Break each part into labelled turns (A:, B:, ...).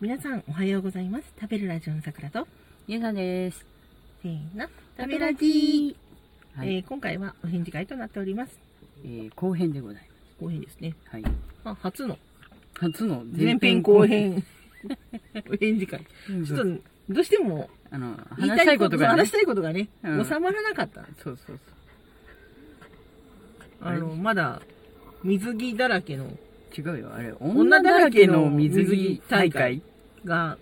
A: 皆さんおはようございます食べるラジオの桜と
B: ゆなです。
A: せーの
B: 食べラジはい、
A: え
B: え
A: ー今回はお返事会となっております
B: ー後編でございま
A: 後編ですね、
B: す。はい。
A: まあ、初の
B: 初の
A: 前編後。編お返 事会
B: ち
A: ち
B: ょ
A: ょ
B: っ
A: っ
B: と
A: とどうしても
B: あの
A: 言い
B: 話したいことがね
A: 話し。たいことがね、
B: うん
A: 収まらなかった
B: そうそう
A: あのまだ水着だらけの
B: そう。違うよあれ女だらけの水着大会。
A: が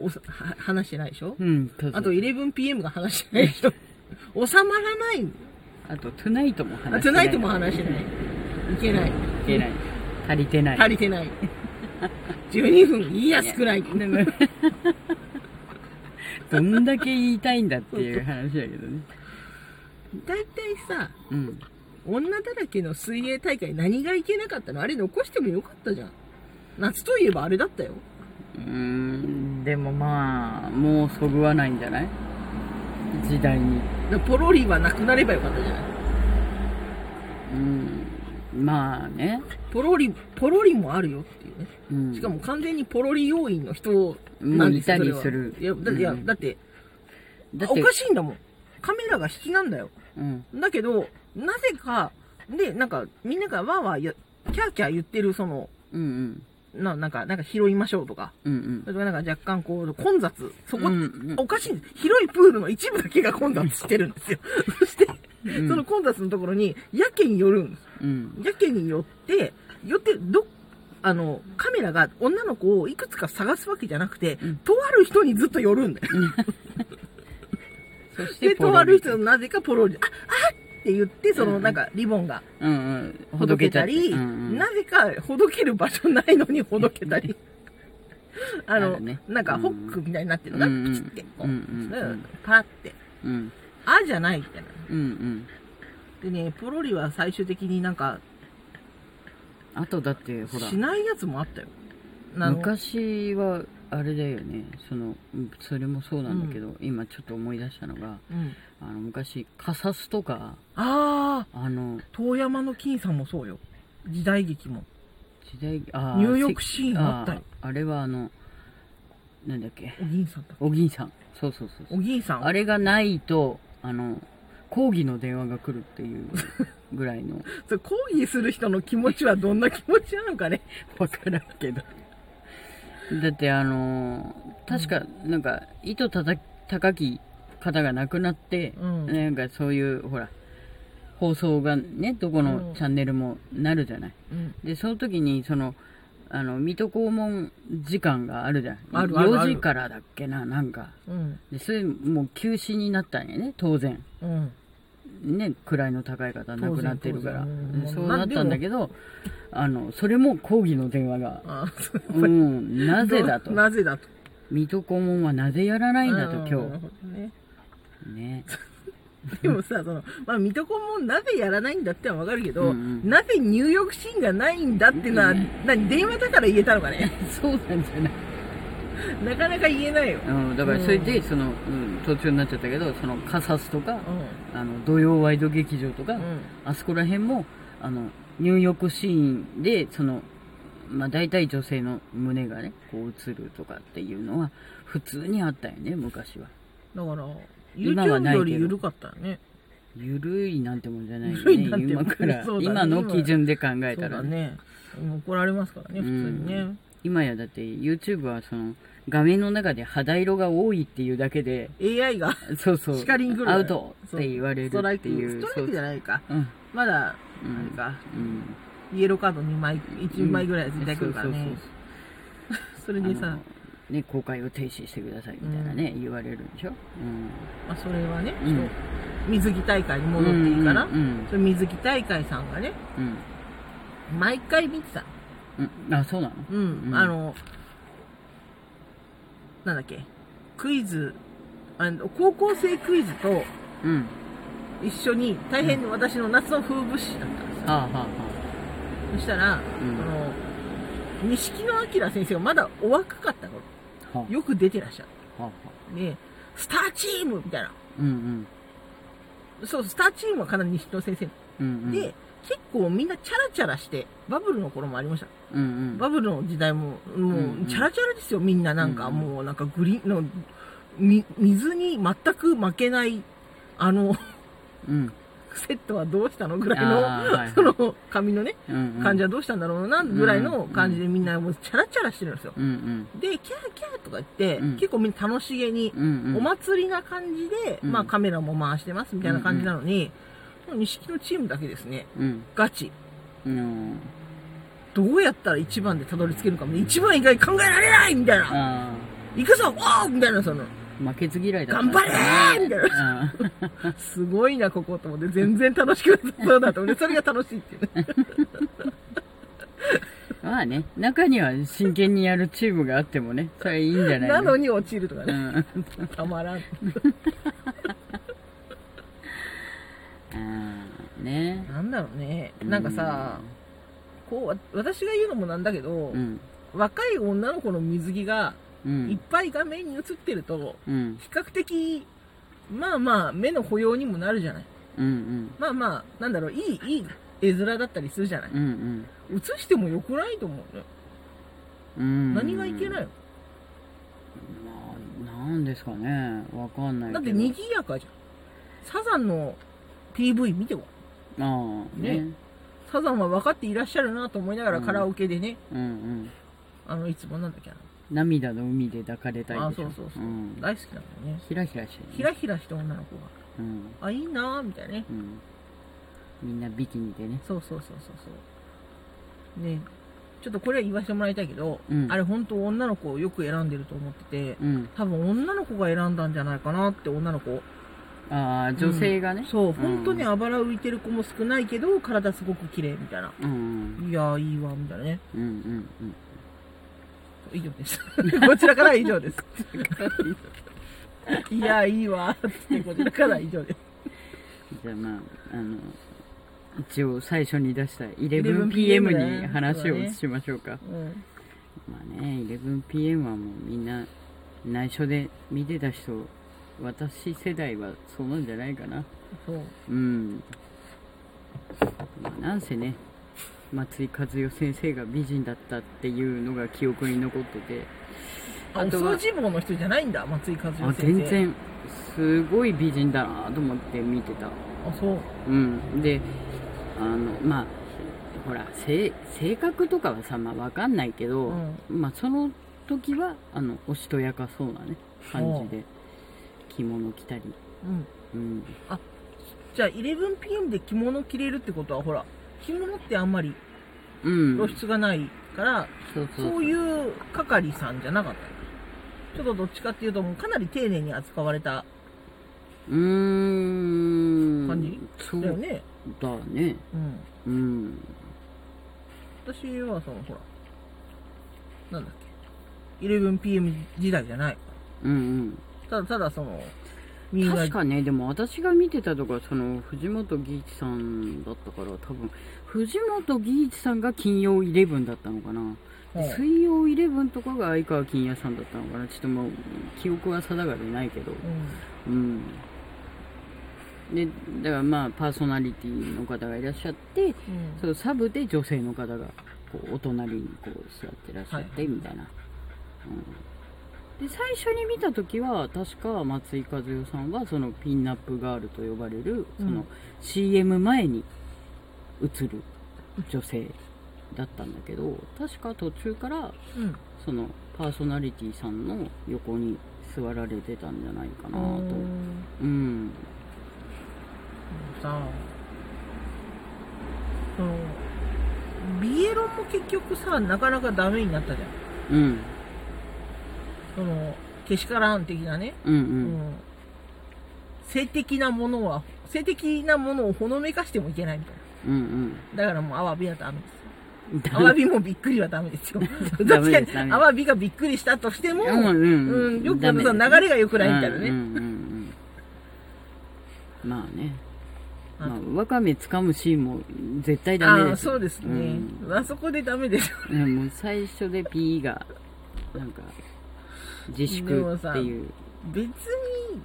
A: おさは話してないでしょ、
B: うん。そうそう
A: あと 11PM が話してない 人収まらない
B: あとトゥナイトも話して
A: あ
B: ない。
A: トゥナイトも話してない。いけない。
B: いけない。足りてない。
A: 足りてない。12分、いいや、少ない。
B: で もどんだけ言いたいんだっていう話だけどね。
A: 大体さ、
B: うん。
A: 女だらけの水泳大会何がいけなかったのあれ残してもよかったじゃん。夏といえばあれだったよ。
B: うーんでもまあもうそぐわないんじゃない時代に
A: だからポロリはなくなればよかったじゃない。
B: うんまあね、
A: ポロリ、ポロリもあるよっていうね。
B: うん、
A: しかも完全にポロリ要員の人なんですよ
B: うん
A: そ
B: いたり
A: れは
B: する
A: いや、だいや
B: うん
A: だって、
B: だって
A: おかしいんだもん。カメラが引きなんだよ。
B: うん
A: だけど、なぜか、で、なんか、みんながわーわーや、キャーキャー言ってる、その、
B: うんうん
A: な、なんか、なんか拾いましょうとか、
B: うんうん
A: それがなんか若干こう、混雑、そこ、
B: うんうん
A: おかしいんです。広いプールの一部だけが混雑してるんですよ。 そして、
B: うん
A: その混雑のところに、やけによるんです。
B: うん
A: やけによって、よって、ど、あの、カメラが女の子をいくつか探すわけじゃなくて、
B: うん
A: とある人にずっと寄るんだよ。
B: そして
A: で、
B: ポロリ
A: とある人のなぜかポロリ、あ、あって言って、そ
B: うんう
A: の、
B: ん
A: なんか、リボンが、
B: うんうん
A: ほどけ
B: ちゃ
A: た
B: って
A: り、
B: うんうん
A: なぜかほどける場所ないのにほどけた り、あ
B: あ
A: の、
B: るね
A: なんかホックみたいになってるな、
B: うんうん
A: プチって、こう、
B: うんうんうん
A: うんパラって、
B: うん
A: あじゃないみたいな。
B: うんうん
A: でね、ポロリは最終的になんか、
B: あとだってほら
A: しないやつもあったよ。なの
B: 昔はあれだよねそのうんそれもそうなんだけど、今ちょっと思い出したのが
A: うん。
B: あの昔カサスとか
A: あ
B: あの
A: ー、遠山の金さんもそうよ。時代劇も。
B: 時代あ
A: ニューヨークシーンあったよ。
B: あーあれはあのなんだっけ
A: お銀さんだ。
B: お銀さんそうそうそうそう
A: お銀さん。
B: あれがないとあの抗議の電話が来るっていうぐら いの
A: それ抗議する人の気持ちはどんな気持ちなのかね。
B: わからんけどだってあのー確かなんか糸たた高き方が亡くなって、
A: うん
B: なんかそういうほら放送がねどこ
A: うん
B: のチャンネルもなるじゃない、
A: うん。
B: でその時にそのあの水戸黄門時間があるじゃん
A: あるあるある
B: 4時からだっけななんか
A: うん。
B: でそれもう休止になったんやね当然
A: うん。
B: ね位の高い方亡くなってるから
A: 当然
B: で
A: 当然
B: そうなったんだけどあのそれも抗議の電話が
A: あーそう
B: うんなぜだと
A: なぜだと。
B: 水戸黄門はなぜやらないんだと
A: うんなる
B: 今
A: ほどね
B: 日ね
A: でもさ、その、まあ、水戸黄門なぜやらないんだってのはわかるけど、
B: うんうん
A: なぜ入浴シーンがないんだってのは、
B: うん
A: 何、電話だから言えたのかね。
B: そうなんじゃない、
A: なかなか言えないよ。
B: うん、だからそれでその、うん、途中になっちゃったけどそのカサスとか
A: う
B: あの土曜ワイド劇場とか、
A: ん。うん。
B: あそこら辺もあの入浴シーンでその、まあ、大体女性の胸がねこう映るとかっていうのは普通にあったよね昔は
A: だから、
B: 今は
A: YouTube
B: ないけど
A: より緩かったよね。
B: ゆるいなんてもんじゃないよ
A: ゆるい
B: ね
A: なんてもん
B: 今から、
A: そうだね
B: 今の基準で考
A: そ
B: え
A: う
B: た
A: だ
B: ら、
A: ね。怒られますからね、普通に
B: う
A: ね。
B: 今やだって YouTube はその画面の中で肌色が多いっていうだけで
A: AI が
B: そうそう
A: 叱りに来るわ
B: ア
A: よ。
B: ウトって言われる
A: そうストライ
B: っ
A: ク
B: ていう
A: ストライクじゃないか。
B: そううん
A: まだ、
B: うん
A: あれか、
B: うん
A: イエローカード2枚、1枚ぐらい絶対来るから
B: そうそう
A: ね
B: そう。
A: それで
B: あ
A: さ
B: の、ね、公開を停止してくださいみたいなね、言われるんでしょ、うん、
A: まあ、それはね、
B: うん
A: ちょっと水着大会に戻っていいかな、
B: うんうん
A: それ水着大会さんがね
B: うん、
A: 毎回見てた
B: うんうんあそうなの
A: うん、
B: うん
A: あのなんだっけクイズあの高校生クイズと
B: うん
A: 一緒に大変私の夏の風物詩だったんですよ、
B: はあはあは
A: そしたら、
B: ん
A: あの錦野明先生がまだお若かった頃
B: あは
A: よく出てらっしゃる
B: あはあ
A: でスターチームみたいな
B: うんうん
A: そうスターチームはかなり錦野先生
B: うんうん
A: で、結構みんなチャラチャラして、バブルの頃もありました。
B: うんうん
A: バブルの時代も、
B: うん
A: も
B: うん
A: う、チャラチャラですよ、みんな。なんか、
B: うんうん
A: もう、なんか、グリーンの、み水に全く負けない、あの、
B: うん
A: セットはどうしたのぐらい
B: あーはいはい
A: の、その、髪のね、
B: うんうん
A: 感じはどうしたんだろうな、ぐらいの感じでみんなもうチャラチャラしてるんですよ。
B: うんうん
A: で、キャーキャーとか言って、
B: うん
A: 結構みんな楽しげに、
B: うんうん
A: お祭りな感じで、
B: うん
A: まあカメラも回してますみたいな感じなのに、錦のチームだけですね、
B: うん
A: ガチ。
B: うん
A: どうやったら一番でたどり着けるかも、一番以外考えられないみたいな。
B: あ
A: 行くぞおーみたいな、 その、
B: ー負けず嫌いだった
A: 頑張れーみたいな。
B: あー
A: すごいな、ここと思って、全然楽しくなさそうだと思って、それが楽しいっていう ね。
B: まあね中には真剣にやるチームがあってもねそれはいいんじゃない
A: なのに落ちるとか
B: う
A: ね、
B: んあ
A: たまらん。
B: ーね
A: なんだろうね、なんかさ、こうわ、私が言うのもなんだけど、
B: うん
A: 若い女の子の水着が
B: う
A: いっ
B: ん
A: ぱい画面に映ってると、
B: うん
A: 比較的、まあまあ、目の保養にもなるじゃない。
B: うんうん
A: まあまあ、なんだろう、いい、いい絵面だったりするじゃない。
B: うんうん
A: 映してもよくないと思うね。
B: うん
A: 何がいけないの、
B: まあなんですかねわかんないけ
A: だ
B: ど
A: って賑やかじゃん。サザンの PV 見ても。
B: ああね
A: ねサザンは分かっていらっしゃるなと思いながら
B: うん
A: カラオケでね、
B: うんうん
A: あの、いつもなんだっけな。
B: 涙の海で抱かれたい
A: あ、
B: でし
A: そ
B: ょ
A: うそうそう。
B: ん、
A: 大好きなんだよね。
B: ひらひらしてるね
A: ひらひらした女の子が。
B: うん
A: あ、いいなぁ、みたいなね。
B: うんみんなビキニでね
A: そうそうそうそうそう。ねちょっとこれは言わせてもらいたいけど、
B: うん
A: あれ本当女の子をよく選んでると思ってて、
B: うん
A: 多分女の子が選んだんじゃないかなって女の子
B: ああ女性がね
A: そう、
B: ん
A: 本当にあばら浮いてる子も少ないけど体すごく綺麗みたいな
B: うんうん
A: いやーいいわみたいなね
B: うんうんうん
A: 以上です こちらからは以 上ですいやーいいわーってこちらからは以上です
B: じゃあまああの一応最初に出した
A: 11PM だ
B: 11pm
A: ね
B: に話を移しましょうか
A: うん
B: まあね 11pm はもうみんな内緒で見てた人私世代はそうなんじゃないかな
A: そう
B: うん、まあ、なんせね松井和代先生が美人だったっていうのが記憶に残ってて
A: あお
B: あとは
A: 掃除坊の人じゃないんだ松井和
B: あ
A: 代先生
B: 全然すごい美人だなと思って見てた
A: あそう
B: うん、であのまあほら性性格とかはさ、まあ、わかんないけど、
A: うん
B: まあ、その時はあのおしとやかそうな、ね、感じで着物着たり、
A: うん
B: うん、
A: じゃあ 11PM で着物着れるってことはほら着物ってあんまり
B: うん、
A: 露出がないから、
B: そうそう
A: そういう係さんじゃなかったちょっとどっちかっていうと、もうかなり丁寧に扱われた
B: うーん
A: 感じ
B: そ
A: ん
B: う
A: だよね。
B: だね、
A: うん。
B: うん、
A: 私は、その、ほら、なんだっけ。11PM 時代じゃない。
B: うんうん
A: ただ、ただその、みんな、
B: 確かねでも私が見てたとこはその藤本義一さんだったから多分藤本義一さんが金曜イレブンだったのかな
A: うん
B: 水曜イレブンとかが相川金也さんだったのかなちょっともう記憶は定かでないけどうんでだからまあパーソナリティの方がいらっしゃって
A: うん。うん。
B: そうサブで女性の方がこうお隣にこう座ってらっしゃっ
A: は
B: てみたいな、うん、で最初に見た時は確か松井和代さんはそのピンナップガールと呼ばれるそ
A: うん
B: の CM 前に映る女性だったんだけど確か途中から
A: うん。
B: そのパーソナリティさんの横に座られてたんじゃないかな
A: う
B: と
A: ん
B: うん
A: さあ、その、ビエロも結局さ、なかなかダメになったじゃん。
B: うん
A: その、けしからん的なね。
B: うんう
A: うんん性的なものは、性的なものをほのめかしてもいけないみたい
B: うんうん
A: な。だからもうアワビはダメです。 ア
B: だ
A: ワビもびっくりはダメですよ。
B: ダメ
A: 確か
B: ですダメで
A: に、
B: す
A: アワビがびっくりしたとしても、
B: うんうんうん
A: うんよくそ
B: ダメです
A: の流れが良くないみたいな
B: うん
A: ね。
B: うんうんうんまあね、
A: あ
B: まあ、わかめ掴むシーンも絶対ダメ
A: あ
B: で
A: あ、
B: す
A: そうですね。あそこでダメです。
B: うんうんもう最初で P がなんか自粛っていう
A: 別に、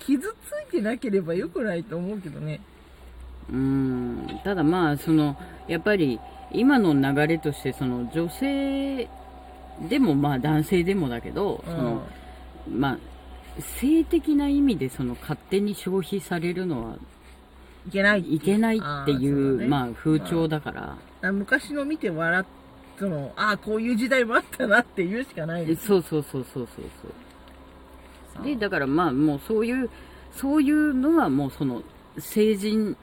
A: 傷ついてなければ良くないと思うけどね。
B: うんただまあそのやっぱり今の流れとしてその女性でもまあ男性でもだけ
A: う
B: ど、そ
A: ん
B: のまあ性的な意味でその勝手に消費されるのはい
A: けない
B: いけないってい
A: あーそううだね
B: まあ風潮だから、
A: あ昔の見て笑っそのああこういう時代もあったなっていうしかない
B: え
A: です
B: そうそうそうそうそうそうでだからまあもうそういうそういうのはもうその成人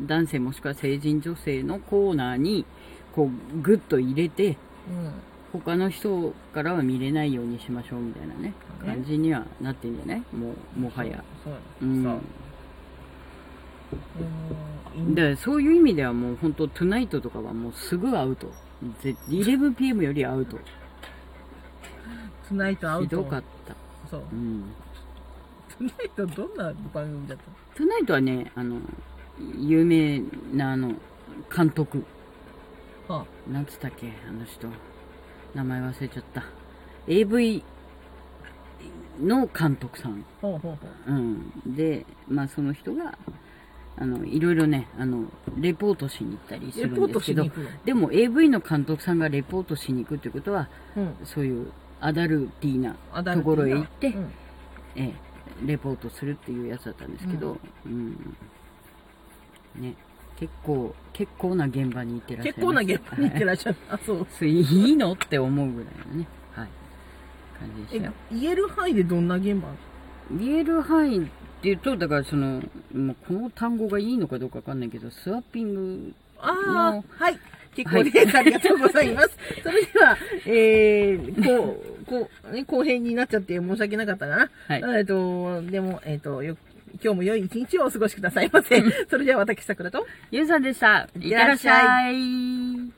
B: 男性もしくは成人女性のコーナーにこうグッと入れて
A: うん
B: 他の人からは見れないようにしましょうみたいなね
A: ね
B: 感じにはなってんじゃないもうもはや
A: そう
B: う
A: そ
B: ん
A: ううん
B: だからそういう意味ではもう本当トゥナイトとかはもうすぐアウトぜ 11pm よりアウト
A: トゥナイトアウ
B: ひ
A: ト
B: どかった
A: そう
B: うん
A: トゥナイトどんな番組だったの
B: トゥナイトはね、あの、有名なあの、監督。
A: あ
B: なんつったっけあの人。名前忘れちゃった。AV の監督さん。
A: ほうほうほう
B: うん。で、まあその人が、あの、いろいろね、あの、レポートしに行ったりす
A: レ
B: る
A: ポ
B: ん
A: ー
B: で
A: ト
B: すけ
A: しに
B: ど
A: 行、くの
B: でも AV の監督さんがレポートしに行くってことは、
A: うん
B: そういうアダルティーな
A: アダル
B: と
A: ティ
B: こ
A: ーな
B: ろへ行って、
A: うん
B: ええ、レポートするっていうやつだったんですけど、うんね、結構結構な現場にいてらっしゃいまし
A: 結構な
B: た
A: 現場に行ってらっしゃるあそう
B: はいいいのって思うぐらいのね、はい、感じでした
A: え
B: よ
A: 言える範囲でどんな現場
B: 見える範囲っていうとだからその、まあ、この単語がいいのかどうかわかんないけどスワッピング
A: あ
B: の
A: あ、はい。結構です。ありがとうござい ます。それでは、えー、こう、こう、ね、後編になっちゃって申し訳なかったかな。
B: はい
A: えっと、でも、えっ、と、よ、今日も良い一日をお過ごしくださいませ。それでは私、桜と。
B: ゆうさんでしたいってらっしゃい